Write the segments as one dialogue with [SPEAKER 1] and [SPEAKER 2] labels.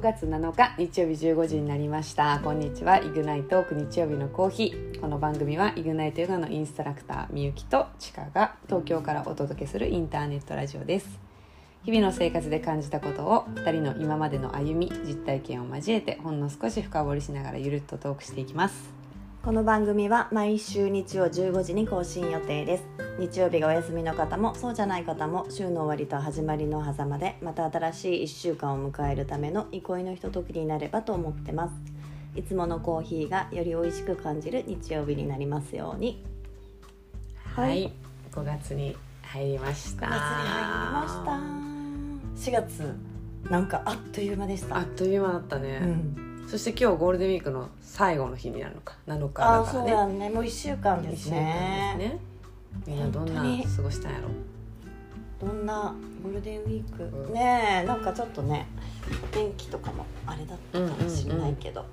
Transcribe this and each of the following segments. [SPEAKER 1] 月7日日曜日15時になりましたこんにちはイグナイトーク日曜日のコーヒーこの番組はイグナイトヨガのインストラクターみゆきとちかが東京からお届けするインターネットラジオです日々の生活で感じたことを2人の今までの歩み実体験を交えてほんの少し深掘りしながらゆるっとトークしていきます
[SPEAKER 2] この番組は毎週日曜15時に更新予定です日曜日がお休みの方もそうじゃない方も週の終わりと始まりの狭間でまた新しい1週間を迎えるための憩いのひとときになればと思ってますいつものコーヒーがより美味しく感じる日曜日になりますように
[SPEAKER 1] はい、5月に入りました
[SPEAKER 2] 5月に入りました4月なんかあっという間でした
[SPEAKER 1] あっという間だったね、
[SPEAKER 2] うん、
[SPEAKER 1] そして今日ゴールデンウィークの最後の日になるのか7日
[SPEAKER 2] あ
[SPEAKER 1] だ
[SPEAKER 2] ー
[SPEAKER 1] から
[SPEAKER 2] そう
[SPEAKER 1] ね
[SPEAKER 2] だねもう1週間
[SPEAKER 1] 一
[SPEAKER 2] です
[SPEAKER 1] 週間
[SPEAKER 2] ね
[SPEAKER 1] ですねみんなどんな
[SPEAKER 2] 本当に
[SPEAKER 1] 過ごしたんやろ
[SPEAKER 2] どんなゴールデンウィーク、
[SPEAKER 1] うん
[SPEAKER 2] ねえなんかちょっとね天気とかもあれだったかもしれないけど、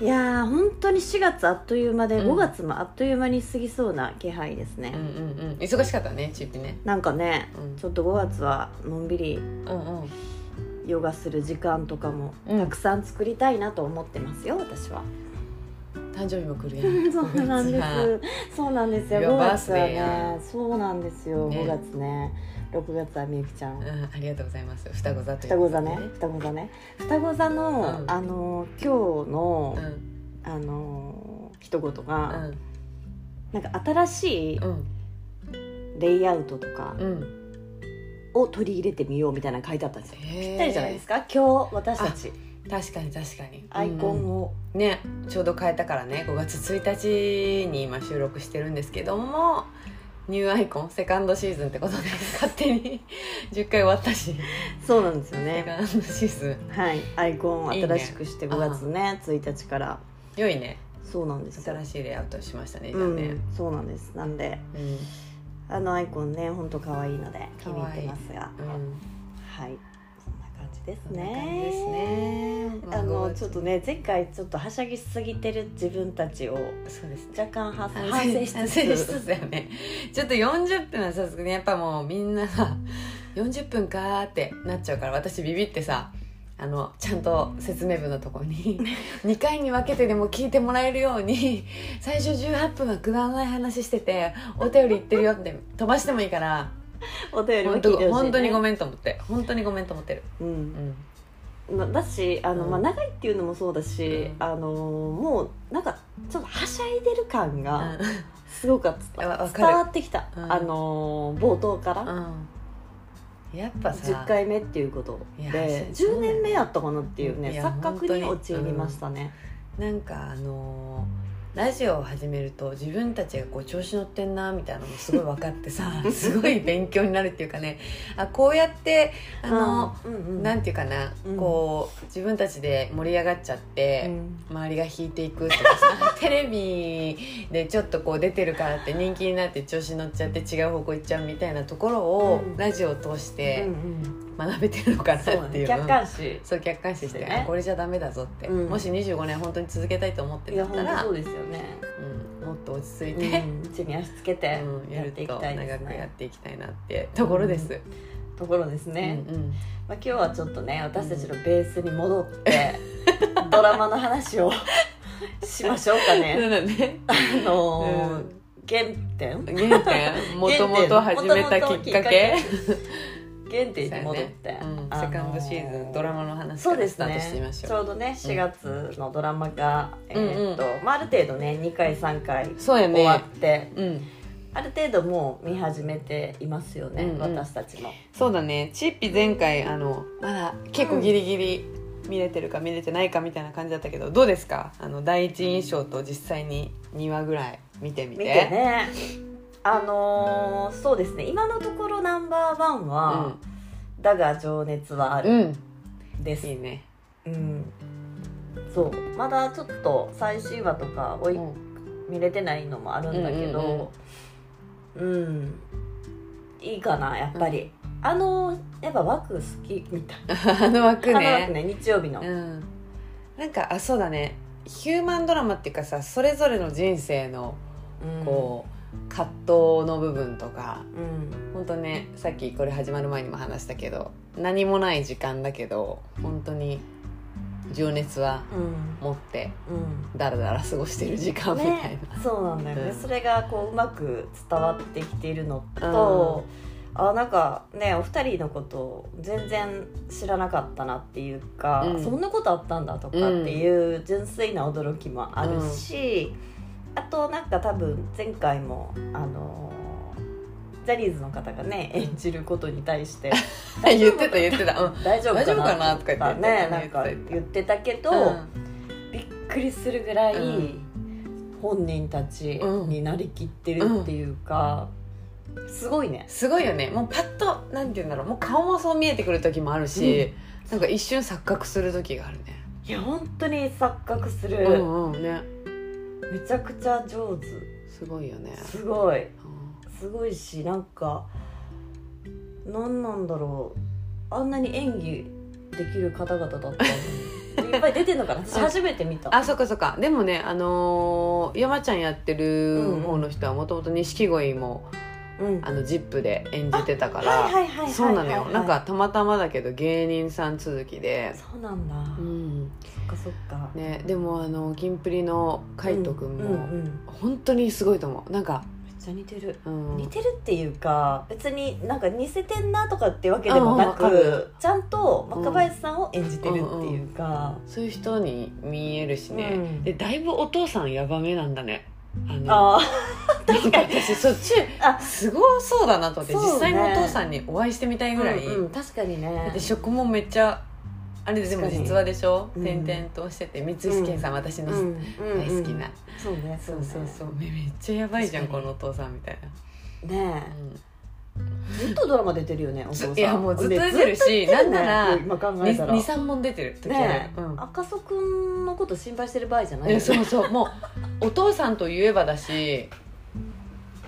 [SPEAKER 2] いやー本当に4月あっという間で
[SPEAKER 1] うん
[SPEAKER 2] 5月もあっという間に過ぎそうな気配ですね、
[SPEAKER 1] うんうんうん忙しかったねチッピね
[SPEAKER 2] なんかね
[SPEAKER 1] うん
[SPEAKER 2] ちょっと5月はのんびり
[SPEAKER 1] うんうん
[SPEAKER 2] ヨガする時間とかも
[SPEAKER 1] うん
[SPEAKER 2] たくさん作りたいなと思ってますよ 私は、
[SPEAKER 1] 誕生日も来るやん
[SPEAKER 2] そうなんで
[SPEAKER 1] 五月は
[SPEAKER 2] す そうなんですよ
[SPEAKER 1] よ
[SPEAKER 2] 5月は
[SPEAKER 1] バースデーや
[SPEAKER 2] ねそうなんですよ
[SPEAKER 1] ね
[SPEAKER 2] 5月ね6月はみゆきちゃん
[SPEAKER 1] うんありがとうございます双子座とい
[SPEAKER 2] 双
[SPEAKER 1] う
[SPEAKER 2] 子
[SPEAKER 1] こと
[SPEAKER 2] 座
[SPEAKER 1] で
[SPEAKER 2] ね双子座ね双子座の、
[SPEAKER 1] うん
[SPEAKER 2] あの今日の
[SPEAKER 1] う、ん
[SPEAKER 2] あの一言
[SPEAKER 1] う
[SPEAKER 2] が、
[SPEAKER 1] ん
[SPEAKER 2] なんか新しい
[SPEAKER 1] うん
[SPEAKER 2] レイアウトとか
[SPEAKER 1] うん
[SPEAKER 2] を取り入れてみようみたいなの書いてあったんですよ、
[SPEAKER 1] へー
[SPEAKER 2] ぴったりじゃないですか今日私たち
[SPEAKER 1] 確かに確かに
[SPEAKER 2] アイコンを、
[SPEAKER 1] うんねちょうど変えたからね5月1日に今収録してるんですけどもニューアイコンセカンドシーズンってことで勝手に10回終 わったし
[SPEAKER 2] そうなんですよ
[SPEAKER 1] セ
[SPEAKER 2] ね
[SPEAKER 1] カンドシーズン
[SPEAKER 2] はいアイコンを
[SPEAKER 1] いいね
[SPEAKER 2] 新しくして5月ね1日から
[SPEAKER 1] 良いね
[SPEAKER 2] そうなんですよ
[SPEAKER 1] 新しいレイアウトしましたねじゃあ
[SPEAKER 2] う
[SPEAKER 1] ね、
[SPEAKER 2] ん、そうなんですなんで
[SPEAKER 1] うん
[SPEAKER 2] あのアイコンね本当可愛いので気
[SPEAKER 1] 可
[SPEAKER 2] に入っ
[SPEAKER 1] 愛い
[SPEAKER 2] てますが
[SPEAKER 1] うん
[SPEAKER 2] はい、そんな感じです
[SPEAKER 1] そんな感じ
[SPEAKER 2] ね。
[SPEAKER 1] ですねまあ5
[SPEAKER 2] あの
[SPEAKER 1] 月
[SPEAKER 2] ちょっとね前回ちょっとはしゃぎすぎてる自分たちを
[SPEAKER 1] そうですね
[SPEAKER 2] 若干反省
[SPEAKER 1] 反
[SPEAKER 2] 反省
[SPEAKER 1] 省
[SPEAKER 2] し
[SPEAKER 1] しつ
[SPEAKER 2] つつ
[SPEAKER 1] つだよねちょっと40分はさすがにやっぱもうみんなさ40分かーってなっちゃうから私ビビってさあのちゃんと説明文のとこ に2回に分けてでも聞いてもらえるように最初18分はくだらない話しててお便り言ってるよって飛ばしてもいいから
[SPEAKER 2] お便りも
[SPEAKER 1] 本
[SPEAKER 2] 聞いて
[SPEAKER 1] 当
[SPEAKER 2] ほしい、ね、
[SPEAKER 1] 本当にごめんと思って本当にごめんと思ってる、
[SPEAKER 2] う
[SPEAKER 1] うんん、
[SPEAKER 2] まだしあの、
[SPEAKER 1] うん
[SPEAKER 2] まあ、長いっていうのもそうだし、
[SPEAKER 1] うん
[SPEAKER 2] あのもうなんかちょっとはしゃいでる感がすごかった、
[SPEAKER 1] わわか
[SPEAKER 2] 伝
[SPEAKER 1] る
[SPEAKER 2] わってきた、
[SPEAKER 1] うん
[SPEAKER 2] あの冒頭から、
[SPEAKER 1] うん、やっぱさ
[SPEAKER 2] 10回目っていうこと
[SPEAKER 1] いや
[SPEAKER 2] で
[SPEAKER 1] そう
[SPEAKER 2] 10年目やったかなっていうね
[SPEAKER 1] いや
[SPEAKER 2] 錯覚に
[SPEAKER 1] 本当
[SPEAKER 2] 陥
[SPEAKER 1] に
[SPEAKER 2] りましたね、
[SPEAKER 1] なんかあのーラジオを始めると自分たちがこう調子乗ってんなみたいなのもすごい分かってさ すごい勉強になるっていうかねあこうやってあの、
[SPEAKER 2] うんうん
[SPEAKER 1] なんていうかな、
[SPEAKER 2] うん
[SPEAKER 1] こう自分たちで盛り上がっちゃって。
[SPEAKER 2] うん
[SPEAKER 1] 周りが引いていくとかさ テレビでちょっとこう出てるからって人気になって調子乗っちゃって違う方向行っちゃうみたいなところを、
[SPEAKER 2] うん
[SPEAKER 1] ラジオを通し
[SPEAKER 2] う
[SPEAKER 1] て
[SPEAKER 2] んうん
[SPEAKER 1] 学べてるのかなって
[SPEAKER 2] そ
[SPEAKER 1] いうう,、
[SPEAKER 2] だね客観視
[SPEAKER 1] そう客観視して、
[SPEAKER 2] してね
[SPEAKER 1] あこれじゃダメだぞって、
[SPEAKER 2] うん
[SPEAKER 1] もし25年本当に続けたいと思って
[SPEAKER 2] い
[SPEAKER 1] だ
[SPEAKER 2] や
[SPEAKER 1] った
[SPEAKER 2] 本
[SPEAKER 1] ら、
[SPEAKER 2] 当そううですよね、
[SPEAKER 1] ん、もっと落ち着いうて、
[SPEAKER 2] ん、地に足つけて
[SPEAKER 1] うんや
[SPEAKER 2] やっ
[SPEAKER 1] る
[SPEAKER 2] て
[SPEAKER 1] と
[SPEAKER 2] いきたいです
[SPEAKER 1] 長くやっ
[SPEAKER 2] ね、
[SPEAKER 1] ていきたいなってところです、
[SPEAKER 2] ところですね、
[SPEAKER 1] うんうん
[SPEAKER 2] まあ、今日はちょっとね私たちのベースに戻 って、ドラマの話を しましょうか
[SPEAKER 1] そう
[SPEAKER 2] ね
[SPEAKER 1] だ ね、
[SPEAKER 2] あのー
[SPEAKER 1] うん
[SPEAKER 2] 原点
[SPEAKER 1] 原点もともと始めたきっかけ
[SPEAKER 2] 原点に戻って、
[SPEAKER 1] そうやねうん
[SPEAKER 2] あの
[SPEAKER 1] セカンドシーズンドラマの話
[SPEAKER 2] そ
[SPEAKER 1] か
[SPEAKER 2] うで
[SPEAKER 1] らス
[SPEAKER 2] す
[SPEAKER 1] タートしてみ
[SPEAKER 2] ね
[SPEAKER 1] まし
[SPEAKER 2] ち
[SPEAKER 1] ょう
[SPEAKER 2] ょうどね4月のドラマが、えーっと
[SPEAKER 1] う
[SPEAKER 2] まあ、ある程度ね2回3回
[SPEAKER 1] そう,、や
[SPEAKER 2] 終わっ
[SPEAKER 1] ね
[SPEAKER 2] て、
[SPEAKER 1] うん
[SPEAKER 2] ある程度もう見始めていますよね、
[SPEAKER 1] うんうん
[SPEAKER 2] 私たちも
[SPEAKER 1] そうだねチッピ前回あのまだ結構ギリギリ見れてるか見れてないかみたいな感じだったけどどうですかあの第一印象と実際に2話ぐらい見てみ
[SPEAKER 2] 見
[SPEAKER 1] て
[SPEAKER 2] てねあのーそうですね今のところナンバーワンは「だが情熱はあ
[SPEAKER 1] う
[SPEAKER 2] る
[SPEAKER 1] ん、うん、」
[SPEAKER 2] です
[SPEAKER 1] いいね、
[SPEAKER 2] うんそうまだちょっと最新話とか追い見れてないのもあるんだけどうんいいかなやっぱり、あのやっぱ枠好きみたいな、
[SPEAKER 1] あの枠
[SPEAKER 2] あの枠
[SPEAKER 1] ね
[SPEAKER 2] ね日曜日の、
[SPEAKER 1] うん、なんかあそうだねヒューマンドラマっていうかさそれぞれの人生の
[SPEAKER 2] うん
[SPEAKER 1] こう、葛藤の部分とか
[SPEAKER 2] うん
[SPEAKER 1] 本当ねさっきこれ始まる前にも話したけど何もない時間だけど本当に情熱は
[SPEAKER 2] うん
[SPEAKER 1] 持って
[SPEAKER 2] うん
[SPEAKER 1] だらだら過ごしてる時間みたいな、
[SPEAKER 2] ね、そうなんだよね、
[SPEAKER 1] うん
[SPEAKER 2] それがこううまく伝わってきているのと、あなんかねお二人のことを全然知らなかったなっていうか、
[SPEAKER 1] うん
[SPEAKER 2] そんなことあったんだとかっていう純粋な驚きもあるし、あとなんか多分前回もあのジャニーズの方がね演じることに対して
[SPEAKER 1] 言ってた言ってた、うん
[SPEAKER 2] 大丈夫かな
[SPEAKER 1] 大丈夫かなとか言って
[SPEAKER 2] ねなんか
[SPEAKER 1] 言ってた
[SPEAKER 2] 言ってたけど、びっくりするぐらい、
[SPEAKER 1] うん
[SPEAKER 2] 本人たちになりきってるっていうか、すごいね
[SPEAKER 1] すごいよねもうパッとなんて言うんだろうもう顔もそう見えてくる時もあるし、なんか一瞬錯覚する時があるね、
[SPEAKER 2] いや本当に錯覚する、
[SPEAKER 1] うんうんね
[SPEAKER 2] めちゃくちゃ上手
[SPEAKER 1] すごいよね、
[SPEAKER 2] すごい
[SPEAKER 1] うん
[SPEAKER 2] すごいしなんか何なんだろうあんなに演技できる方々だったのにいっぱい出てん のかな私初めて見た
[SPEAKER 1] あそっかそっかでもねあのー山ちゃんやってる方の人はもともと錦鯉も
[SPEAKER 2] うん
[SPEAKER 1] 「あの ZIP!」で演じてたから、
[SPEAKER 2] はいはいはいはいはい
[SPEAKER 1] そうなのよなんかたまたまだけど芸人さん続きで、
[SPEAKER 2] そうなんだ、
[SPEAKER 1] うん
[SPEAKER 2] そっかそっか
[SPEAKER 1] ね、でもあのキンプリの海斗君
[SPEAKER 2] うんうん
[SPEAKER 1] も
[SPEAKER 2] うんめっ
[SPEAKER 1] 本当にすごいと思うなんか、
[SPEAKER 2] ちゃ似てる
[SPEAKER 1] うん、
[SPEAKER 2] 似てるっていうか別になんか似せてんなとかってわけで
[SPEAKER 1] うん
[SPEAKER 2] もな
[SPEAKER 1] うんわか
[SPEAKER 2] く
[SPEAKER 1] る
[SPEAKER 2] ちゃんと若林さんを演じてるっていうか、
[SPEAKER 1] そういう人に見えるしね、
[SPEAKER 2] うん
[SPEAKER 1] でだいぶお父さんやばめなんだねあの
[SPEAKER 2] ああ
[SPEAKER 1] なんか私そっち
[SPEAKER 2] あ
[SPEAKER 1] すごそうだなと思って、
[SPEAKER 2] そうね
[SPEAKER 1] 実際のお父さんにお会いしてみたいぐらい、
[SPEAKER 2] うんうん確かにね
[SPEAKER 1] で職もめっちゃあれでも
[SPEAKER 2] 確かに
[SPEAKER 1] 実話でしょ
[SPEAKER 2] うん
[SPEAKER 1] 転々としてて光石研さん、私の
[SPEAKER 2] うん
[SPEAKER 1] 大好きな、
[SPEAKER 2] そうね
[SPEAKER 1] そ
[SPEAKER 2] そう
[SPEAKER 1] う
[SPEAKER 2] ね
[SPEAKER 1] そうそうめめっちゃやばいじゃん
[SPEAKER 2] 確か
[SPEAKER 1] こ
[SPEAKER 2] に
[SPEAKER 1] のお父さんみたいな、
[SPEAKER 2] ね
[SPEAKER 1] うん
[SPEAKER 2] えずっとドラマ出てるよねお父さん
[SPEAKER 1] いやもうずっと
[SPEAKER 2] ね
[SPEAKER 1] 出てるし、なんなら
[SPEAKER 2] ね今考えたらね
[SPEAKER 1] 23問出てる時ある、
[SPEAKER 2] え、
[SPEAKER 1] うん
[SPEAKER 2] 赤楚くんのこと心配してる場合じゃない
[SPEAKER 1] えそうそうもうお父さんといえばだし、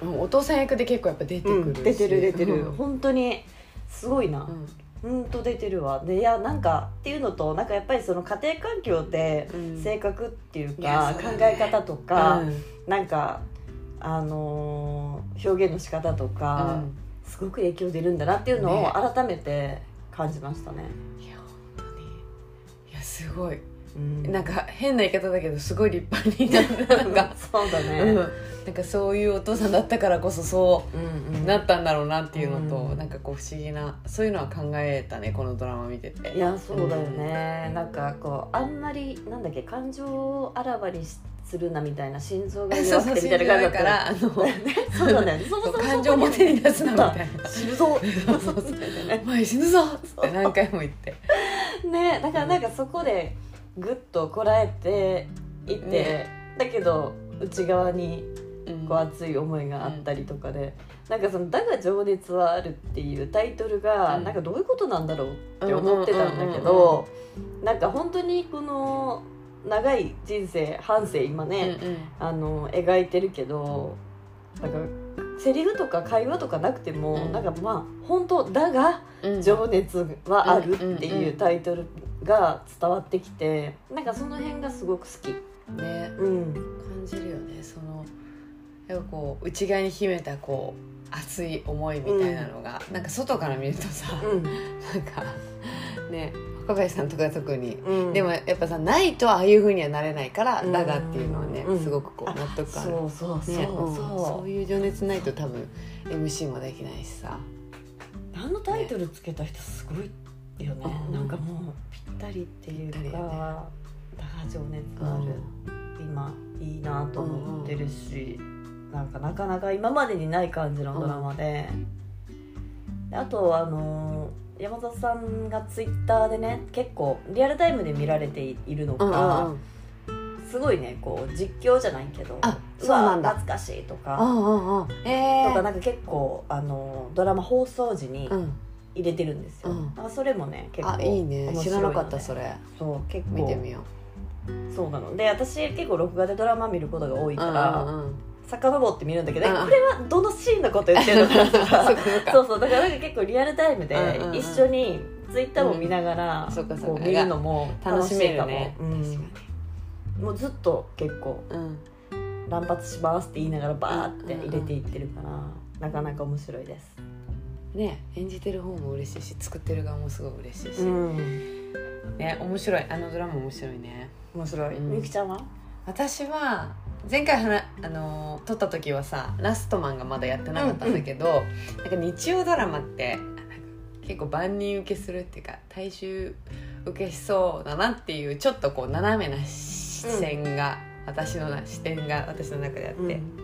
[SPEAKER 1] うん、お父さん役で結構やっぱ出てく
[SPEAKER 2] う
[SPEAKER 1] るし、
[SPEAKER 2] ん出てる出てる、
[SPEAKER 1] うん
[SPEAKER 2] 本当にすごいな、
[SPEAKER 1] うん
[SPEAKER 2] うんと出てるわでいやなんかっていうのとなんかやっぱりその家庭環境で
[SPEAKER 1] うん
[SPEAKER 2] 性格っていう
[SPEAKER 1] いや
[SPEAKER 2] か、
[SPEAKER 1] そ
[SPEAKER 2] 考
[SPEAKER 1] うだ
[SPEAKER 2] え
[SPEAKER 1] ね
[SPEAKER 2] 方とか、
[SPEAKER 1] うん
[SPEAKER 2] なんかあのー表現の仕方とか、すごく影響出るんだなっていうのを
[SPEAKER 1] ね
[SPEAKER 2] 改めて感じましたね、
[SPEAKER 1] いや本当にいやすごい
[SPEAKER 2] うん
[SPEAKER 1] なんか変な言い方だけどすごい立派になるなんか、
[SPEAKER 2] そうだ
[SPEAKER 1] う
[SPEAKER 2] ね、
[SPEAKER 1] ん、なんかそういうお父さんだったからこそそう
[SPEAKER 2] うんう
[SPEAKER 1] うんなったんだろうなっていうのと、
[SPEAKER 2] うん
[SPEAKER 1] なんかこう不思議なそういうのは考えたねこのドラマ見てて
[SPEAKER 2] いやそうだよね、なんかこうあんまりなんだっけ感情をあらわにしするなみたいな心臓 が
[SPEAKER 1] そう
[SPEAKER 2] 弱
[SPEAKER 1] そ
[SPEAKER 2] く
[SPEAKER 1] う
[SPEAKER 2] て
[SPEAKER 1] 信
[SPEAKER 2] み
[SPEAKER 1] じ
[SPEAKER 2] た
[SPEAKER 1] ら
[SPEAKER 2] い
[SPEAKER 1] れ
[SPEAKER 2] な感じ
[SPEAKER 1] ないからあの
[SPEAKER 2] だったよね そうだねそもそも
[SPEAKER 1] 感情を表に出すなみたいな
[SPEAKER 2] 知るぞ
[SPEAKER 1] そうそうそう「お前死ぬぞ!」って何回も言って
[SPEAKER 2] ねだからなんかそこでぐっとこらえていて、
[SPEAKER 1] ね
[SPEAKER 2] だけど内側にこう熱い思いがあったりとかで、なんかその「だが情熱はある」っていうタイトルが
[SPEAKER 1] うん
[SPEAKER 2] なんかどういうことなんだろうって思ってたんだけどなんか本当にこの長い人生半生今
[SPEAKER 1] うんう
[SPEAKER 2] ね、
[SPEAKER 1] ん
[SPEAKER 2] あの描いてるけどなんかセリフとか会話とかなくても、
[SPEAKER 1] うん
[SPEAKER 2] なんかまあ本当「だが」
[SPEAKER 1] うん
[SPEAKER 2] 情熱はあるって
[SPEAKER 1] うんうん
[SPEAKER 2] いううんタイトルが伝わってきてなんかその辺がすごく好き
[SPEAKER 1] ね
[SPEAKER 2] うん
[SPEAKER 1] 感じるよねそのやっぱこう内側に秘めたこう熱い思いみたいなのが、なんか外から見るとさ、
[SPEAKER 2] う
[SPEAKER 1] なんかね若林さんとか特に、
[SPEAKER 2] ん、うん、
[SPEAKER 1] でもやっぱさないとああいうふうにはなれないから「
[SPEAKER 2] うん
[SPEAKER 1] だが」っていうのはね、
[SPEAKER 2] うん
[SPEAKER 1] すごくこう納得感ある
[SPEAKER 2] そうそうそう、
[SPEAKER 1] ねん
[SPEAKER 2] そ
[SPEAKER 1] そういう情熱ないと多分 MC もできないしさ
[SPEAKER 2] うあのタイトルつけた人すごいよね
[SPEAKER 1] うん
[SPEAKER 2] なんかもうぴったりっていうか
[SPEAKER 1] ぴったりだよね
[SPEAKER 2] だから情熱はある、今いいなと思ってるし、なんかなかなか今までにない感じのドラマで,、であとあのー山里さんがツイッターでね結構リアルタイムで見られているの
[SPEAKER 1] うんうん
[SPEAKER 2] か、
[SPEAKER 1] うん
[SPEAKER 2] すごいねこう実況じゃないけど
[SPEAKER 1] あそうなん
[SPEAKER 2] わ
[SPEAKER 1] だ
[SPEAKER 2] 懐かしいと
[SPEAKER 1] う
[SPEAKER 2] か、
[SPEAKER 1] んうんうんえ
[SPEAKER 2] とか
[SPEAKER 1] ー
[SPEAKER 2] なんか結構あのードラマ放送時に
[SPEAKER 1] うん
[SPEAKER 2] 入れてるんですよ、
[SPEAKER 1] うん
[SPEAKER 2] なんかそれもね結構
[SPEAKER 1] あいいね
[SPEAKER 2] 面
[SPEAKER 1] 知
[SPEAKER 2] 白
[SPEAKER 1] ら
[SPEAKER 2] い
[SPEAKER 1] な
[SPEAKER 2] ので
[SPEAKER 1] かったそれ
[SPEAKER 2] そう結構
[SPEAKER 1] 見てみよ
[SPEAKER 2] そうなので私結構録画でドラマ見ることが多いうから、
[SPEAKER 1] うん うんうん
[SPEAKER 2] 遡って見るんだけど、え
[SPEAKER 1] うん
[SPEAKER 2] これはどのシーンのこと言ってるのかと
[SPEAKER 1] そ
[SPEAKER 2] か
[SPEAKER 1] うかそうか
[SPEAKER 2] そうそうだからなんか結構リアルタイムで
[SPEAKER 1] うんうんうん
[SPEAKER 2] 一緒にツイッターも見ながら
[SPEAKER 1] うんそうかそうか
[SPEAKER 2] こう見るのも
[SPEAKER 1] 楽しめるね
[SPEAKER 2] 楽しいかもうんもうずっと結構
[SPEAKER 1] 確かにうん
[SPEAKER 2] 乱発しますって言いながらバーって入れていってるから、なかなか面白いです、
[SPEAKER 1] ね演じてる方も嬉しいし作ってる側もすごい嬉しいし、
[SPEAKER 2] ん、
[SPEAKER 1] ね面白いあのドラマ面白いね
[SPEAKER 2] 面白い、
[SPEAKER 1] うん
[SPEAKER 2] みゆきちゃんは
[SPEAKER 1] 私は前回はなあのー撮った時はさ「ラストマン」がまだやってなかったんだけど、なんか日曜ドラマってなんか結構万人受けするっていうか大衆受けしそうだなっていうちょっとこう斜めな視線が、私のな視点が私の中であって、
[SPEAKER 2] うん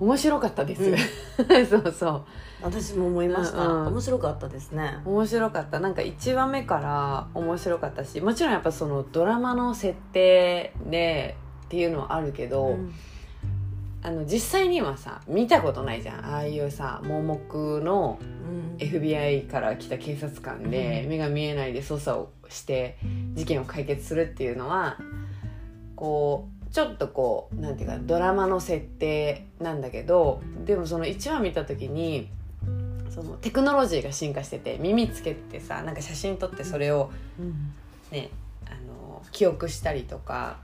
[SPEAKER 1] 面白かったです、
[SPEAKER 2] う
[SPEAKER 1] そうそう
[SPEAKER 2] 私も思いました、
[SPEAKER 1] うんうん
[SPEAKER 2] 面白かったですね
[SPEAKER 1] 面白かったなんか1話目から面白かったしもちろんやっぱそのドラマの設定でっていうのはあるけど、
[SPEAKER 2] うん
[SPEAKER 1] あの実際にはさ見たことないじゃんああいうさ盲目の
[SPEAKER 2] うん
[SPEAKER 1] FBI から来た警察官で、
[SPEAKER 2] う
[SPEAKER 1] 目が見えないで捜査をして事件を解決するっていうのはこうちょっとこうなんていうかドラマの設定なんだけどでもその1話見た時にそのテクノロジーが進化してて耳つけてさなんか写真撮ってそれを
[SPEAKER 2] うん
[SPEAKER 1] ねあの記憶したりとか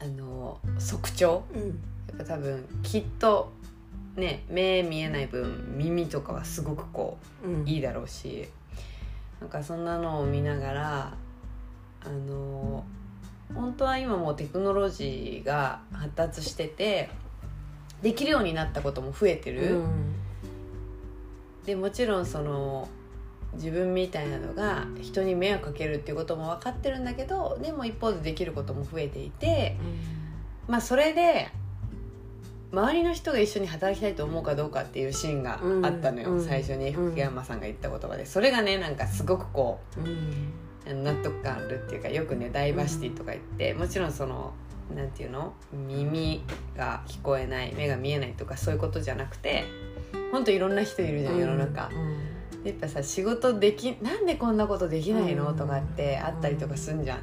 [SPEAKER 1] あの測調
[SPEAKER 2] うん
[SPEAKER 1] やっぱ多分きっとね目見えない分耳とかはすごくこ
[SPEAKER 2] うん
[SPEAKER 1] ういいだろうしなんかそんなのを見ながらあの本当は今もうテクノロジーが発達しててできるようになったことも増えてる、
[SPEAKER 2] うん
[SPEAKER 1] でもちろんその自分みたいなのが人に迷惑かけるっていうことも分かってるんだけどでも一方でできることも増えていてまあそれで周りの人が一緒に働きたいと思うかどうかっていうシーンがあったのよ、
[SPEAKER 2] うんうん
[SPEAKER 1] 最初に
[SPEAKER 2] うん
[SPEAKER 1] 福山さんが言った言葉でそれがねなんかすごくこ
[SPEAKER 2] うん
[SPEAKER 1] うあの納得感あるっていうかよくねダイバーシティとか言ってもちろんそのなんていうの耳が聞こえない目が見えないとかそういうことじゃなくてほんといろんな人いるじゃん世の中、
[SPEAKER 2] うん
[SPEAKER 1] でやっぱさ仕事できなんでこんなことできないの、
[SPEAKER 2] うん
[SPEAKER 1] とかってあったりとかすんじゃん、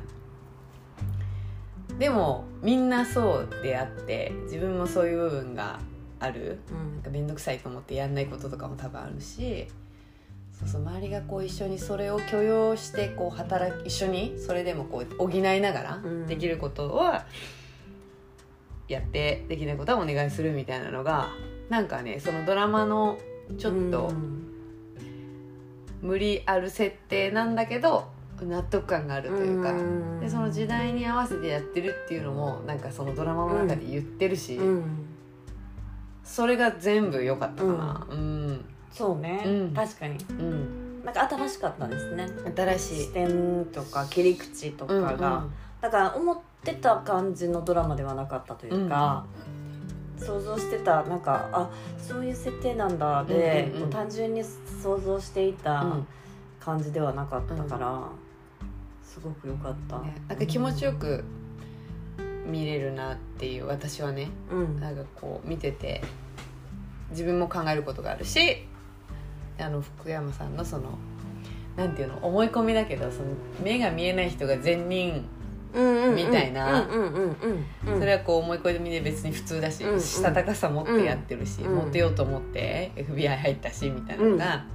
[SPEAKER 1] でもみんなそうであって自分もそういう部分がある
[SPEAKER 2] うん
[SPEAKER 1] なんか面倒くさいと思ってやんないこととかも多分あるしそうそう周りがこう一緒にそれを許容してこう働き一緒にそれでもこう補いながら
[SPEAKER 2] うん
[SPEAKER 1] できることはやってできないことはお願いするみたいなのがなんかねそのドラマのちょっと、
[SPEAKER 2] うん
[SPEAKER 1] 無理ある設定なんだけど納得感があるというか、
[SPEAKER 2] ん
[SPEAKER 1] でその時代に合わせてやってるっていうのもなんかそのドラマの中で言ってるし、
[SPEAKER 2] うん
[SPEAKER 1] それが全部良かったかなうん、
[SPEAKER 2] そうね、
[SPEAKER 1] うん
[SPEAKER 2] 確かに
[SPEAKER 1] うん
[SPEAKER 2] なんか新しかったですね
[SPEAKER 1] 新しい
[SPEAKER 2] 視点とか切り口とか
[SPEAKER 1] うん
[SPEAKER 2] が、だから思ってた感じのドラマではなかったというか、想像してたなんかあそういう設定なんだで、
[SPEAKER 1] うんうんうん
[SPEAKER 2] こう単純に想像していた
[SPEAKER 1] うん
[SPEAKER 2] 感じではなかったから、すごく良かった、
[SPEAKER 1] うんねなんか気持ちよく見れるなっていう私はね
[SPEAKER 2] うん
[SPEAKER 1] なんかこう見てて自分も考えることがあるしあの福山さんのそのなんていうの思い込みだけどその目が見えない人が善人
[SPEAKER 2] うん
[SPEAKER 1] みたいな
[SPEAKER 2] うんうんうんうんうん
[SPEAKER 1] それはこう思い込みで別に普通だし、
[SPEAKER 2] うんうん
[SPEAKER 1] したたかさ持ってやってるし、
[SPEAKER 2] うん
[SPEAKER 1] モテようと思って FBI 入ったしみたいなのが、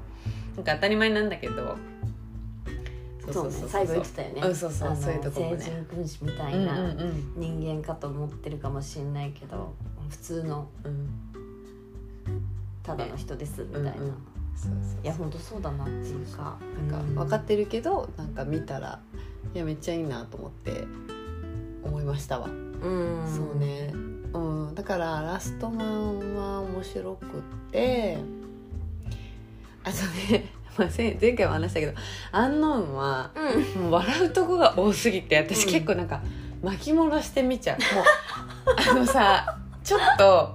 [SPEAKER 1] なんか当たり前なんだけど
[SPEAKER 2] そうね最後言ってたよね、
[SPEAKER 1] うんそうそう
[SPEAKER 2] あの
[SPEAKER 1] そういうとこもね
[SPEAKER 2] 成人君子みた
[SPEAKER 1] う
[SPEAKER 2] い
[SPEAKER 1] んうん
[SPEAKER 2] な人間かと思ってるかもしれないけど、普通の
[SPEAKER 1] うんうん
[SPEAKER 2] ただの人ですみたいな、
[SPEAKER 1] うんうんそうそう
[SPEAKER 2] いや本当そうだなっていうか
[SPEAKER 1] なんか分かってるけどなんか見たらいやめっちゃいいなと思って思いましたわ、
[SPEAKER 2] うん
[SPEAKER 1] そうね、うん、だから「ラストマン」は面白くってあとね、 まあ、前前回も話したけど「アンノーン」は
[SPEAKER 2] うん
[SPEAKER 1] もう笑うとこが多すぎて私
[SPEAKER 2] うん
[SPEAKER 1] 結構なんか巻き戻してみちゃう もうあのさちょっと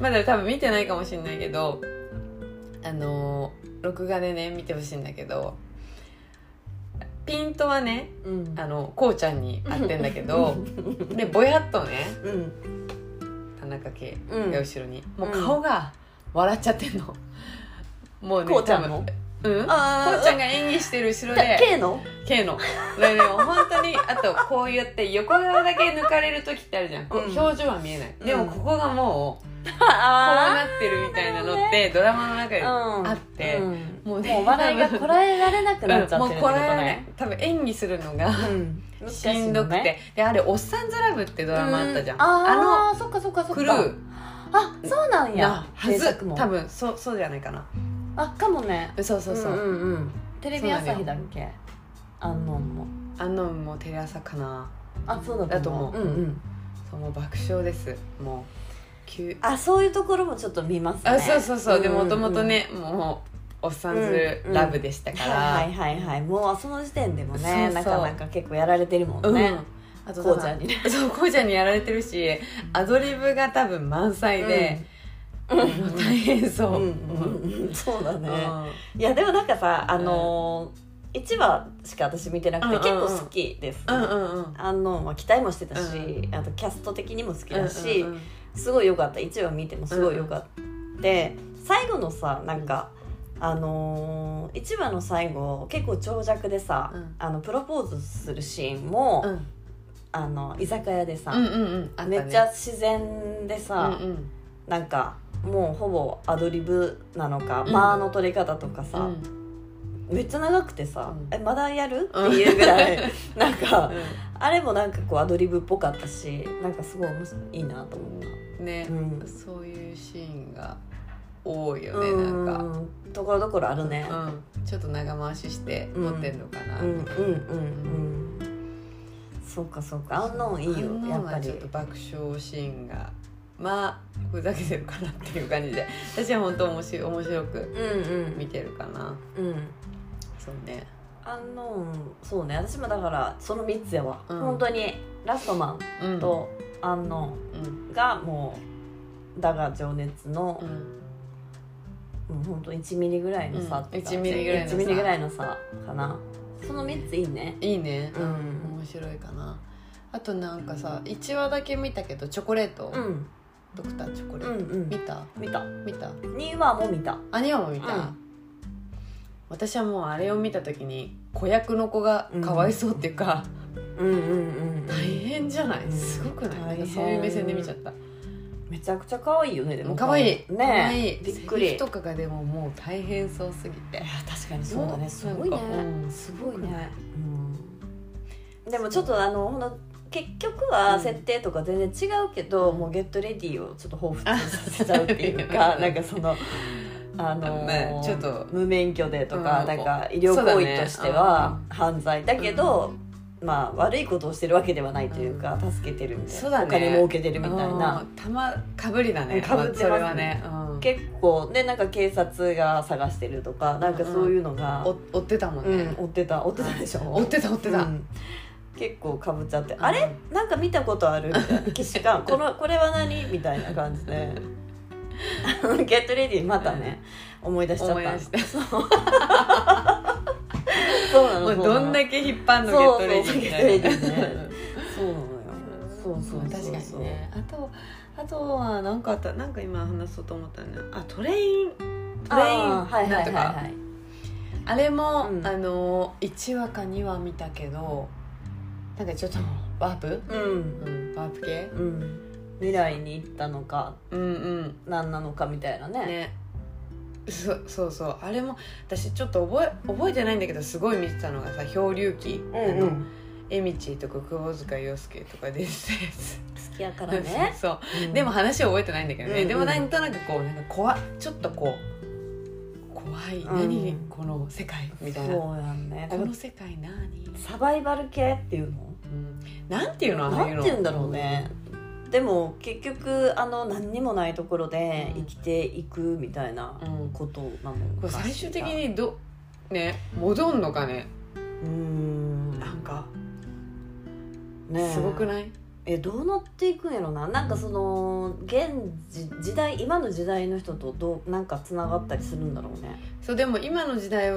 [SPEAKER 1] まだ多分見てないかもしれないけどあの録画でね見てほしいんだけどピントはね
[SPEAKER 2] うん
[SPEAKER 1] あのこうちゃんに合ってんだけ どでぼやっとね
[SPEAKER 2] うん
[SPEAKER 1] 田中圭
[SPEAKER 2] うん
[SPEAKER 1] が後ろに、もう顔が笑っちゃってんの、もうね
[SPEAKER 2] こうちゃんの
[SPEAKER 1] 多分うんこ
[SPEAKER 2] あー
[SPEAKER 1] うちゃんが演技してる後ろ
[SPEAKER 2] だ
[SPEAKER 1] で
[SPEAKER 2] K の
[SPEAKER 1] K の。ででも本当に、あとこうやって横側だけ抜かれる時ってあるじゃん。こう
[SPEAKER 2] うん
[SPEAKER 1] 表情は見えない。
[SPEAKER 2] うん
[SPEAKER 1] でもここがもう、こうな
[SPEAKER 2] あ
[SPEAKER 1] ってるみたいなのってドラマの中であ
[SPEAKER 2] あ
[SPEAKER 1] って、も
[SPEAKER 2] も
[SPEAKER 1] う
[SPEAKER 2] う
[SPEAKER 1] ね
[SPEAKER 2] 笑いがこらえられなくなっちゃ
[SPEAKER 1] うんも
[SPEAKER 2] っ
[SPEAKER 1] う
[SPEAKER 2] てるって
[SPEAKER 1] こ
[SPEAKER 2] こと
[SPEAKER 1] れは
[SPEAKER 2] ね
[SPEAKER 1] ね、多分演技するのが
[SPEAKER 2] うん
[SPEAKER 1] しんどくて。で、あれ、おっさんずラブってドラマあったじゃん。
[SPEAKER 2] うあ
[SPEAKER 1] あ
[SPEAKER 2] あそっかそっかそ
[SPEAKER 1] の
[SPEAKER 2] っか
[SPEAKER 1] クルー
[SPEAKER 2] あそうなんや
[SPEAKER 1] なは
[SPEAKER 2] 制
[SPEAKER 1] ず
[SPEAKER 2] 作、も
[SPEAKER 1] 多分、そう、そうじゃないかな。
[SPEAKER 2] あかもね
[SPEAKER 1] そうそうそう。
[SPEAKER 2] んんうんテレビ朝日だっけアンノーンも
[SPEAKER 1] あのもうテレ朝かな
[SPEAKER 2] あそうだ
[SPEAKER 1] だと思う
[SPEAKER 2] うんうん
[SPEAKER 1] そうもう爆笑ですもう急
[SPEAKER 2] あそういうところもちょっと見ますね
[SPEAKER 1] あそうそうそう、で
[SPEAKER 2] んん
[SPEAKER 1] も
[SPEAKER 2] ん
[SPEAKER 1] ともとねもうおっさんず
[SPEAKER 2] うんうん
[SPEAKER 1] ラブでしたから、
[SPEAKER 2] はいはいはいはいもうその時点でもね
[SPEAKER 1] そうそう
[SPEAKER 2] なかなか結構やられてるもんね、
[SPEAKER 1] うん、あとこ
[SPEAKER 2] こう
[SPEAKER 1] う
[SPEAKER 2] ち
[SPEAKER 1] ち
[SPEAKER 2] ゃ
[SPEAKER 1] ゃ
[SPEAKER 2] ん
[SPEAKER 1] ん
[SPEAKER 2] に
[SPEAKER 1] に
[SPEAKER 2] ね
[SPEAKER 1] そうこうちゃんにやられてるしアドリブが多分満載で、もう大変そう、
[SPEAKER 2] うん
[SPEAKER 1] うん
[SPEAKER 2] うんうんそうだね、
[SPEAKER 1] うん
[SPEAKER 2] いやでもなんかさあのー1話しか私見てなくて、
[SPEAKER 1] うんうんうん
[SPEAKER 2] 結構好きです、
[SPEAKER 1] うんうんうん
[SPEAKER 2] あのは期待もしてたし、あとキャスト的にも好きだし、
[SPEAKER 1] うんうんうん
[SPEAKER 2] すごい良かった1話見てもすごい良かった、で最後のさなんか、あのー、1話の最後結構長尺でさ、
[SPEAKER 1] うん
[SPEAKER 2] あのプロポーズするシーンも、
[SPEAKER 1] うん
[SPEAKER 2] あの居酒屋でさ、
[SPEAKER 1] うんうんうんあたね
[SPEAKER 2] めっちゃ自然でさ、
[SPEAKER 1] うんうん
[SPEAKER 2] なんかもうほぼアドリブなのか、
[SPEAKER 1] うん
[SPEAKER 2] 間の取り方とかさ、
[SPEAKER 1] うん
[SPEAKER 2] めっちゃ長くてさ
[SPEAKER 1] うん
[SPEAKER 2] 「えまだやる?」っていうぐらい、 なんか
[SPEAKER 1] う
[SPEAKER 2] あれもなんかこうアドリブっぽかったしなんかすごい面白いいいなと思った。
[SPEAKER 1] んね、
[SPEAKER 2] うん
[SPEAKER 1] そういうシーンが多いよね
[SPEAKER 2] うん
[SPEAKER 1] なんか、
[SPEAKER 2] ところどころあるね。
[SPEAKER 1] うん、ちょっと長回しして
[SPEAKER 2] うん
[SPEAKER 1] 持ってんのかな、
[SPEAKER 2] うんうんうんうん。そうかそうか。あんのいい
[SPEAKER 1] あ
[SPEAKER 2] よ
[SPEAKER 1] んな
[SPEAKER 2] や
[SPEAKER 1] の
[SPEAKER 2] っぱ
[SPEAKER 1] はちょ
[SPEAKER 2] り
[SPEAKER 1] っ。と爆笑シーンがまあふざけてるかなっていう感じで 私は本当面白い面白く
[SPEAKER 2] うんうん
[SPEAKER 1] 見てるかな
[SPEAKER 2] うん。
[SPEAKER 1] そうね
[SPEAKER 2] あんのそうね。私もだからその三つやわ。
[SPEAKER 1] うん
[SPEAKER 2] 本当にラストマ
[SPEAKER 1] うん
[SPEAKER 2] ンとあんの
[SPEAKER 1] うん
[SPEAKER 2] がもうだが情熱の
[SPEAKER 1] う、ん
[SPEAKER 2] もう本当一ミリぐらいの差
[SPEAKER 1] うん
[SPEAKER 2] って感じ。
[SPEAKER 1] 1ミリぐらいの差
[SPEAKER 2] 1ミリぐらいの差かな。その三ついいね。
[SPEAKER 1] いいね、
[SPEAKER 2] うん
[SPEAKER 1] 面白いかなあとなんかさ1話だけ見たけどチョコレート、
[SPEAKER 2] うん
[SPEAKER 1] ドクターチョコレ
[SPEAKER 2] うん
[SPEAKER 1] ート、
[SPEAKER 2] うん
[SPEAKER 1] 見。た
[SPEAKER 2] 見た。
[SPEAKER 1] 見た
[SPEAKER 2] 二話も見た。
[SPEAKER 1] アニメも見た、
[SPEAKER 2] うん
[SPEAKER 1] 私はもうあれを見た時に子役の子がかわいそうっていうか、
[SPEAKER 2] うんうんうん。
[SPEAKER 1] 大変じゃない、
[SPEAKER 2] うん
[SPEAKER 1] すごくない、
[SPEAKER 2] 大変
[SPEAKER 1] なんかそういう目線で見ちゃった
[SPEAKER 2] めちゃくちゃ可愛いよねで
[SPEAKER 1] でも
[SPEAKER 2] も
[SPEAKER 1] 可愛い
[SPEAKER 2] ね
[SPEAKER 1] 可愛い
[SPEAKER 2] びっく
[SPEAKER 1] セ
[SPEAKER 2] り
[SPEAKER 1] リフとかがでももう大変そうすぎ
[SPEAKER 2] い
[SPEAKER 1] て
[SPEAKER 2] や確かにそうだねすごいね
[SPEAKER 1] なんかうん
[SPEAKER 2] すごい
[SPEAKER 1] すごい
[SPEAKER 2] ね、うん、でもちょっとあのほんと結局は
[SPEAKER 1] うん
[SPEAKER 2] 設定とか全然違うけど、
[SPEAKER 1] うん
[SPEAKER 2] もうゲットレディーをちょっと彷彿させちゃうってい うかなんかそのあのー
[SPEAKER 1] ねちょっと
[SPEAKER 2] 無免許でとか、
[SPEAKER 1] うん
[SPEAKER 2] なんか医療行
[SPEAKER 1] そうだ
[SPEAKER 2] 為
[SPEAKER 1] ね
[SPEAKER 2] としては犯罪だけど、まあ悪いことをしてるわけではないというか、助けてるみたい
[SPEAKER 1] そう
[SPEAKER 2] な、
[SPEAKER 1] だ
[SPEAKER 2] お
[SPEAKER 1] ね
[SPEAKER 2] 金儲けてるみたいな
[SPEAKER 1] うんたまかぶりだね
[SPEAKER 2] かぶってますね
[SPEAKER 1] それはね、うん
[SPEAKER 2] 結構ねなんか警察が探してるとかなんかそういうのが、
[SPEAKER 1] お追ってたもん
[SPEAKER 2] うん
[SPEAKER 1] ね、
[SPEAKER 2] 追ってた追ってたでしょ
[SPEAKER 1] 追ってた追ってた、
[SPEAKER 2] うん結構かぶっちゃって、あれなんか見たことあるみたいな既視 感このこれは何みたいな感じであのゲットレディーまたね思い出しちゃった
[SPEAKER 1] 思い出した
[SPEAKER 2] そうなの
[SPEAKER 1] もう
[SPEAKER 2] そうなの
[SPEAKER 1] どんだけ引っ張んの
[SPEAKER 2] そう
[SPEAKER 1] ゲットレディみたいな
[SPEAKER 2] そうそうゲットレディねそうなのよそうそうそうそう
[SPEAKER 1] 確かにねあとあとは何かあったなんか今話そうと思ったねあトレイントレイン
[SPEAKER 2] あーはい
[SPEAKER 1] な
[SPEAKER 2] は
[SPEAKER 1] ん
[SPEAKER 2] いは
[SPEAKER 1] と
[SPEAKER 2] い
[SPEAKER 1] か
[SPEAKER 2] はい
[SPEAKER 1] あれも、
[SPEAKER 2] うん
[SPEAKER 1] あの1話か2話見たけどなんかちょっとワープ、
[SPEAKER 2] う
[SPEAKER 1] う
[SPEAKER 2] ん
[SPEAKER 1] ん、ワープ系
[SPEAKER 2] うん未来に行ったのか
[SPEAKER 1] うんうん
[SPEAKER 2] 何なのかみたいなね
[SPEAKER 1] ねそそうそうあれも私ちょっと覚え覚えてないんだけどすごい見てたのがさ漂流記、あのえみちとか窪塚洋介とかでス
[SPEAKER 2] 好きやから ね
[SPEAKER 1] そうでも話は覚えてないんだけどね、
[SPEAKER 2] うんうん
[SPEAKER 1] でもなんとなくこうなんか怖ちょっとこう怖い、
[SPEAKER 2] うん
[SPEAKER 1] 何この世界みたいなこ
[SPEAKER 2] そうやんね
[SPEAKER 1] の世界何、
[SPEAKER 2] サバイバル系っていうの
[SPEAKER 1] うん、なんていうのあ
[SPEAKER 2] な
[SPEAKER 1] あ
[SPEAKER 2] ん
[SPEAKER 1] い
[SPEAKER 2] て
[SPEAKER 1] うの
[SPEAKER 2] 言うんだろうねでも結局あの何にもないところで生きていくみたいな
[SPEAKER 1] うん
[SPEAKER 2] ことなの
[SPEAKER 1] こ
[SPEAKER 2] か
[SPEAKER 1] れ
[SPEAKER 2] しら
[SPEAKER 1] 最終的にどね戻んのかね
[SPEAKER 2] うーん
[SPEAKER 1] なんか
[SPEAKER 2] ね
[SPEAKER 1] すごくない、
[SPEAKER 2] えどうなっていくんやろななんかその現時時代今の時代の人とどうなんかつながったりするんだろうね
[SPEAKER 1] そうでも今の時代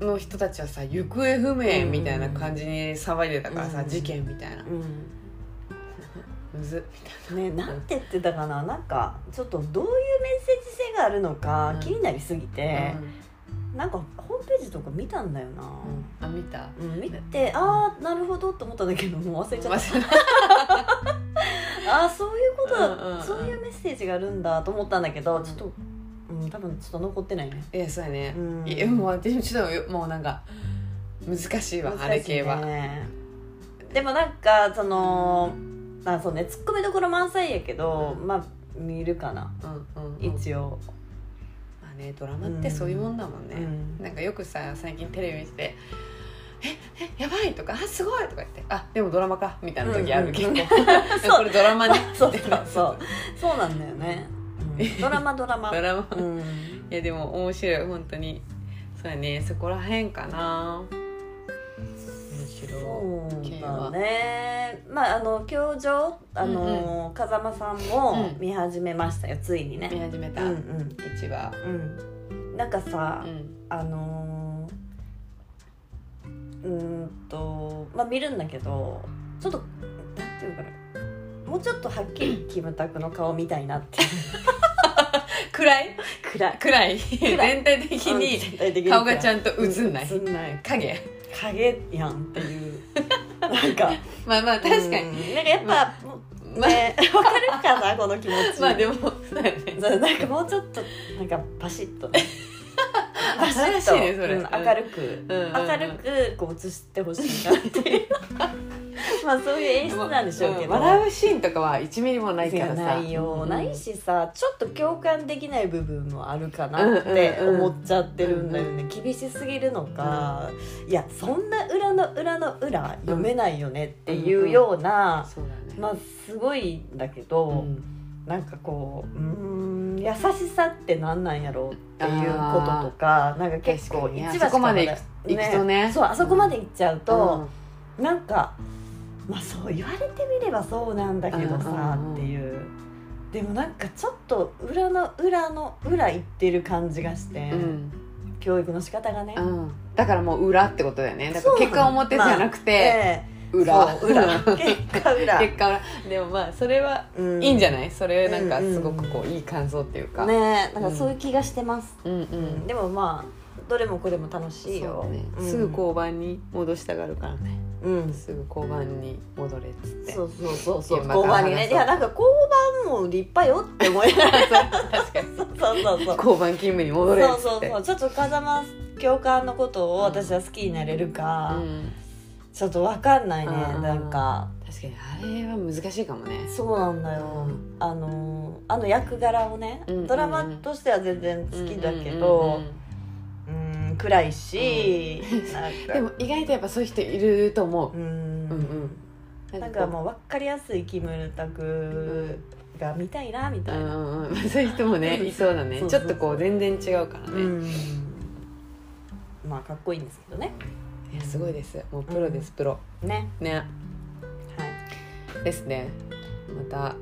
[SPEAKER 1] の人たちはさ行方不明みたいな感じに騒いでたからさ、
[SPEAKER 2] うん
[SPEAKER 1] 事件みたいな、
[SPEAKER 2] う
[SPEAKER 1] むずっ
[SPEAKER 2] んねなんて言ってたかななんかちょっとどういうメッセージ性があるのか
[SPEAKER 1] うん
[SPEAKER 2] 気になりすぎて、
[SPEAKER 1] うん
[SPEAKER 2] なんかホームページとか見たんだよな、
[SPEAKER 1] あ見た
[SPEAKER 2] うん、見てああなるほどと思ったんだけどもう忘れちゃっ
[SPEAKER 1] 忘れた
[SPEAKER 2] たああそういうことだ、
[SPEAKER 1] うんうんうん
[SPEAKER 2] そういうメッセージがあるんだと思ったんだけどちょっと、うん、多分ちょっと残ってないね、
[SPEAKER 1] いやそうやね
[SPEAKER 2] う、ん、
[SPEAKER 1] いやもう私もちょっともうなんか難しいわ、あれ系は、
[SPEAKER 2] ねでもなんかそのまあそうねツッコミどころ満載やけどまあ見るかな
[SPEAKER 1] うんうんうん
[SPEAKER 2] 一応、
[SPEAKER 1] まあねドラマってそういうもんだもんね、
[SPEAKER 2] うん
[SPEAKER 1] なんかよくさ最近テレビ見てて「えやばい」とか「あすごい」とか言って「あでもドラマか」みたいな時あるけど、
[SPEAKER 2] うんうん
[SPEAKER 1] これドラマね
[SPEAKER 2] そうそうそうそうなんだよね、うんドラマドラ マ
[SPEAKER 1] ドラマ、
[SPEAKER 2] うん
[SPEAKER 1] いやでも面白い本当にそうやねそこらへんかな面白
[SPEAKER 2] そうだねまああの教場あの、風間さんも
[SPEAKER 1] うん
[SPEAKER 2] 見始めましたよ、ついに
[SPEAKER 1] い見
[SPEAKER 2] ね
[SPEAKER 1] 始め
[SPEAKER 2] う
[SPEAKER 1] た、
[SPEAKER 2] ん
[SPEAKER 1] 一話
[SPEAKER 2] うんうんなんかさ、
[SPEAKER 1] うん
[SPEAKER 2] あのーうーんとまあ見るんだけどちょっとなんていうのかなもうちょっとはっきりキムタクの顔見たいなっていう
[SPEAKER 1] 暗い
[SPEAKER 2] くらい
[SPEAKER 1] 暗い
[SPEAKER 2] い
[SPEAKER 1] 全体的に
[SPEAKER 2] 全体的
[SPEAKER 1] 顔がちゃんと
[SPEAKER 2] う
[SPEAKER 1] 映んない、
[SPEAKER 2] 映んない
[SPEAKER 1] 影
[SPEAKER 2] 影やんっていう なんか
[SPEAKER 1] まあまあ確かに、
[SPEAKER 2] うんなんかやっぱ、もう
[SPEAKER 1] まあ
[SPEAKER 2] ね わかるかなこの気持ち
[SPEAKER 1] まあでもそうやね
[SPEAKER 2] そうなんかもうちょっとなんかパシッとねパシッ と
[SPEAKER 1] 新しいねそれ
[SPEAKER 2] うん明るく、
[SPEAKER 1] うんうんうん
[SPEAKER 2] 明るくこう映してほしいなっていう まあそういう演出なんでしょうけど、
[SPEAKER 1] ん笑うシーンとかは1ミリもないからさ
[SPEAKER 2] ないよないしさちょっと共感できない部分もあるかなっ
[SPEAKER 1] うん
[SPEAKER 2] て
[SPEAKER 1] うんうん
[SPEAKER 2] 思っちゃってるんだよね、厳しすぎるのか、いやそんな裏の裏の裏読めないよねっていうような、
[SPEAKER 1] そうだね、
[SPEAKER 2] まあすごいんだけど。
[SPEAKER 1] うん
[SPEAKER 2] なんかこううーん優しさってなんなんやろうっていうこととかなんか結構
[SPEAKER 1] 確かに
[SPEAKER 2] 一
[SPEAKER 1] あそこまで
[SPEAKER 2] しか
[SPEAKER 1] 行く行くとね
[SPEAKER 2] そうあそこまで行っちゃう
[SPEAKER 1] と
[SPEAKER 2] と、なんかまあそう言われてみればそうなんだけど
[SPEAKER 1] う
[SPEAKER 2] さ
[SPEAKER 1] んうんうん
[SPEAKER 2] っていうでもなんかちょっと裏の裏の裏行ってる感じがして、
[SPEAKER 1] うん
[SPEAKER 2] 教育の仕方がね
[SPEAKER 1] う。ん、だからもう裏ってことだよねだから結果表じゃなくて
[SPEAKER 2] ええ
[SPEAKER 1] 裏、
[SPEAKER 2] そ う裏 結果裏
[SPEAKER 1] 結果裏でもまあそれは
[SPEAKER 2] うん
[SPEAKER 1] いいんじゃないそれなんかすごくこういい感想っていうか、
[SPEAKER 2] ねえなんかそういう気がしてます、
[SPEAKER 1] うんう
[SPEAKER 2] うん
[SPEAKER 1] ん
[SPEAKER 2] でもまあどれもこれも楽しいよ
[SPEAKER 1] そう、ね
[SPEAKER 2] うん
[SPEAKER 1] すぐ交番に戻したがるからね
[SPEAKER 2] うん
[SPEAKER 1] すぐ交番に戻れっつって
[SPEAKER 2] そうそうそうそう
[SPEAKER 1] 現場
[SPEAKER 2] 交
[SPEAKER 1] から話
[SPEAKER 2] 番にね
[SPEAKER 1] そう
[SPEAKER 2] いやなんか交番も立派よって思いながら
[SPEAKER 1] 確かに
[SPEAKER 2] そうそうそうそう
[SPEAKER 1] 交番勤務に戻れっつって
[SPEAKER 2] そうそうそうちょっと風間教官のことを私は好きになれるか、
[SPEAKER 1] うん
[SPEAKER 2] ちょっとわかんないね、
[SPEAKER 1] うん
[SPEAKER 2] なんか
[SPEAKER 1] 確かにあれは難しいかもね
[SPEAKER 2] そうなんだよ、
[SPEAKER 1] うん
[SPEAKER 2] あのーあの役柄をね、
[SPEAKER 1] うんうんうん
[SPEAKER 2] ドラマとしては全然好きだけ
[SPEAKER 1] うんうん
[SPEAKER 2] ど
[SPEAKER 1] うんうん
[SPEAKER 2] うん暗いし、なんか
[SPEAKER 1] でも意外とやっぱそういう人いると思う
[SPEAKER 2] う、ん
[SPEAKER 1] うんうん
[SPEAKER 2] なんか
[SPEAKER 1] う
[SPEAKER 2] もう分かりやすい木村拓が見たいなみた
[SPEAKER 1] う
[SPEAKER 2] い
[SPEAKER 1] ん
[SPEAKER 2] な、
[SPEAKER 1] うん うん、そういう人も ねいそうだね
[SPEAKER 2] そう
[SPEAKER 1] ち
[SPEAKER 2] そ
[SPEAKER 1] ょ
[SPEAKER 2] う
[SPEAKER 1] っ
[SPEAKER 2] そう
[SPEAKER 1] とこう全然違うからね、
[SPEAKER 2] まあかっこいいんですけどね
[SPEAKER 1] いやすごいですもうプロですプロ
[SPEAKER 2] ね
[SPEAKER 1] ね
[SPEAKER 2] はい、
[SPEAKER 1] ですねまた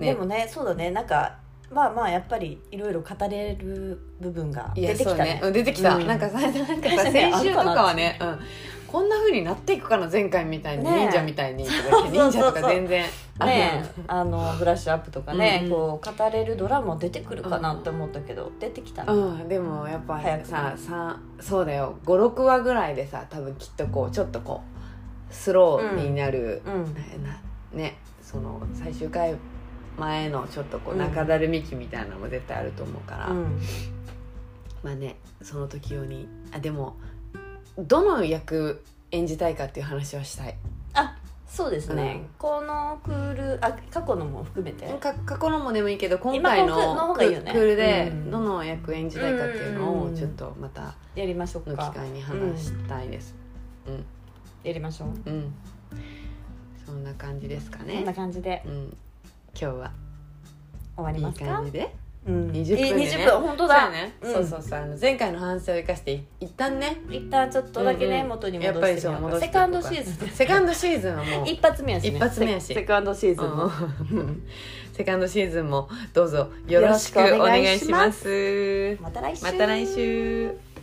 [SPEAKER 1] ね
[SPEAKER 2] でもねそうだねなんかまあまあやっぱりいろいろ語れる部分が
[SPEAKER 1] いや
[SPEAKER 2] 出てきたね
[SPEAKER 1] そうねうん出てきた、
[SPEAKER 2] うん
[SPEAKER 1] なんか さなんかさ
[SPEAKER 2] 確かに
[SPEAKER 1] 先週とかは ね、うん、こんなふうになっていくかな前回みたいに、
[SPEAKER 2] ねえ
[SPEAKER 1] 忍者みたいにとか
[SPEAKER 2] そうそうそう
[SPEAKER 1] 忍者とか全然
[SPEAKER 2] ねあのブラッシュアップとかね、
[SPEAKER 1] うん
[SPEAKER 2] こう語れるドラマ出てくるかなって思ったけど、出てきた
[SPEAKER 1] う
[SPEAKER 2] ね
[SPEAKER 1] ん、うんでもやっぱ
[SPEAKER 2] 早く
[SPEAKER 1] ささそうだよ56話ぐらいでさ多分きっとこうちょっとこうスローになる、
[SPEAKER 2] うん
[SPEAKER 1] なねその最終回前のちょっとこう
[SPEAKER 2] うん
[SPEAKER 1] 中だるみ期みたいなのも絶対あると思うから、
[SPEAKER 2] うん
[SPEAKER 1] まあねその時用にあでもどの役演じたいかっていう話はしたい
[SPEAKER 2] そうですね、
[SPEAKER 1] うん
[SPEAKER 2] このクールあ過去のも含めて
[SPEAKER 1] か過去のもでもいいけど今回の
[SPEAKER 2] 今今回の方がいいよね
[SPEAKER 1] クールで
[SPEAKER 2] うん
[SPEAKER 1] どの役演じたいかっていうの
[SPEAKER 2] う
[SPEAKER 1] を
[SPEAKER 2] ん
[SPEAKER 1] ちょっとまた
[SPEAKER 2] やりましょう
[SPEAKER 1] の機
[SPEAKER 2] か
[SPEAKER 1] 会に話したいです
[SPEAKER 2] やりましょう、
[SPEAKER 1] うん、そんな感じですか
[SPEAKER 2] こんな
[SPEAKER 1] ね
[SPEAKER 2] 感じで
[SPEAKER 1] うん今日は
[SPEAKER 2] 終わり
[SPEAKER 1] いい
[SPEAKER 2] ますか
[SPEAKER 1] 感じで
[SPEAKER 2] うん
[SPEAKER 1] 20分でね
[SPEAKER 2] いい20分本当
[SPEAKER 1] そう
[SPEAKER 2] だ
[SPEAKER 1] やね、
[SPEAKER 2] うん
[SPEAKER 1] そうそうそうあの前回の反省を生かしてい一旦ね
[SPEAKER 2] 一旦ちょっとだけね、
[SPEAKER 1] うんうん
[SPEAKER 2] 元に
[SPEAKER 1] やっ
[SPEAKER 2] 戻
[SPEAKER 1] ぱ
[SPEAKER 2] し
[SPEAKER 1] り
[SPEAKER 2] て
[SPEAKER 1] そう
[SPEAKER 2] みよう
[SPEAKER 1] 戻
[SPEAKER 2] か
[SPEAKER 1] してい
[SPEAKER 2] セ
[SPEAKER 1] こうか
[SPEAKER 2] カンドシーズン
[SPEAKER 1] セカンドシーズンはもう
[SPEAKER 2] 一発目やし、ね、
[SPEAKER 1] 一発目やし
[SPEAKER 2] セセカンドシーズンも、
[SPEAKER 1] うん セカンドシーズンもどうぞよろしくお
[SPEAKER 2] よろしくお
[SPEAKER 1] 願
[SPEAKER 2] 願
[SPEAKER 1] い
[SPEAKER 2] い
[SPEAKER 1] し
[SPEAKER 2] し
[SPEAKER 1] ま。
[SPEAKER 2] ますまた来週
[SPEAKER 1] また来週。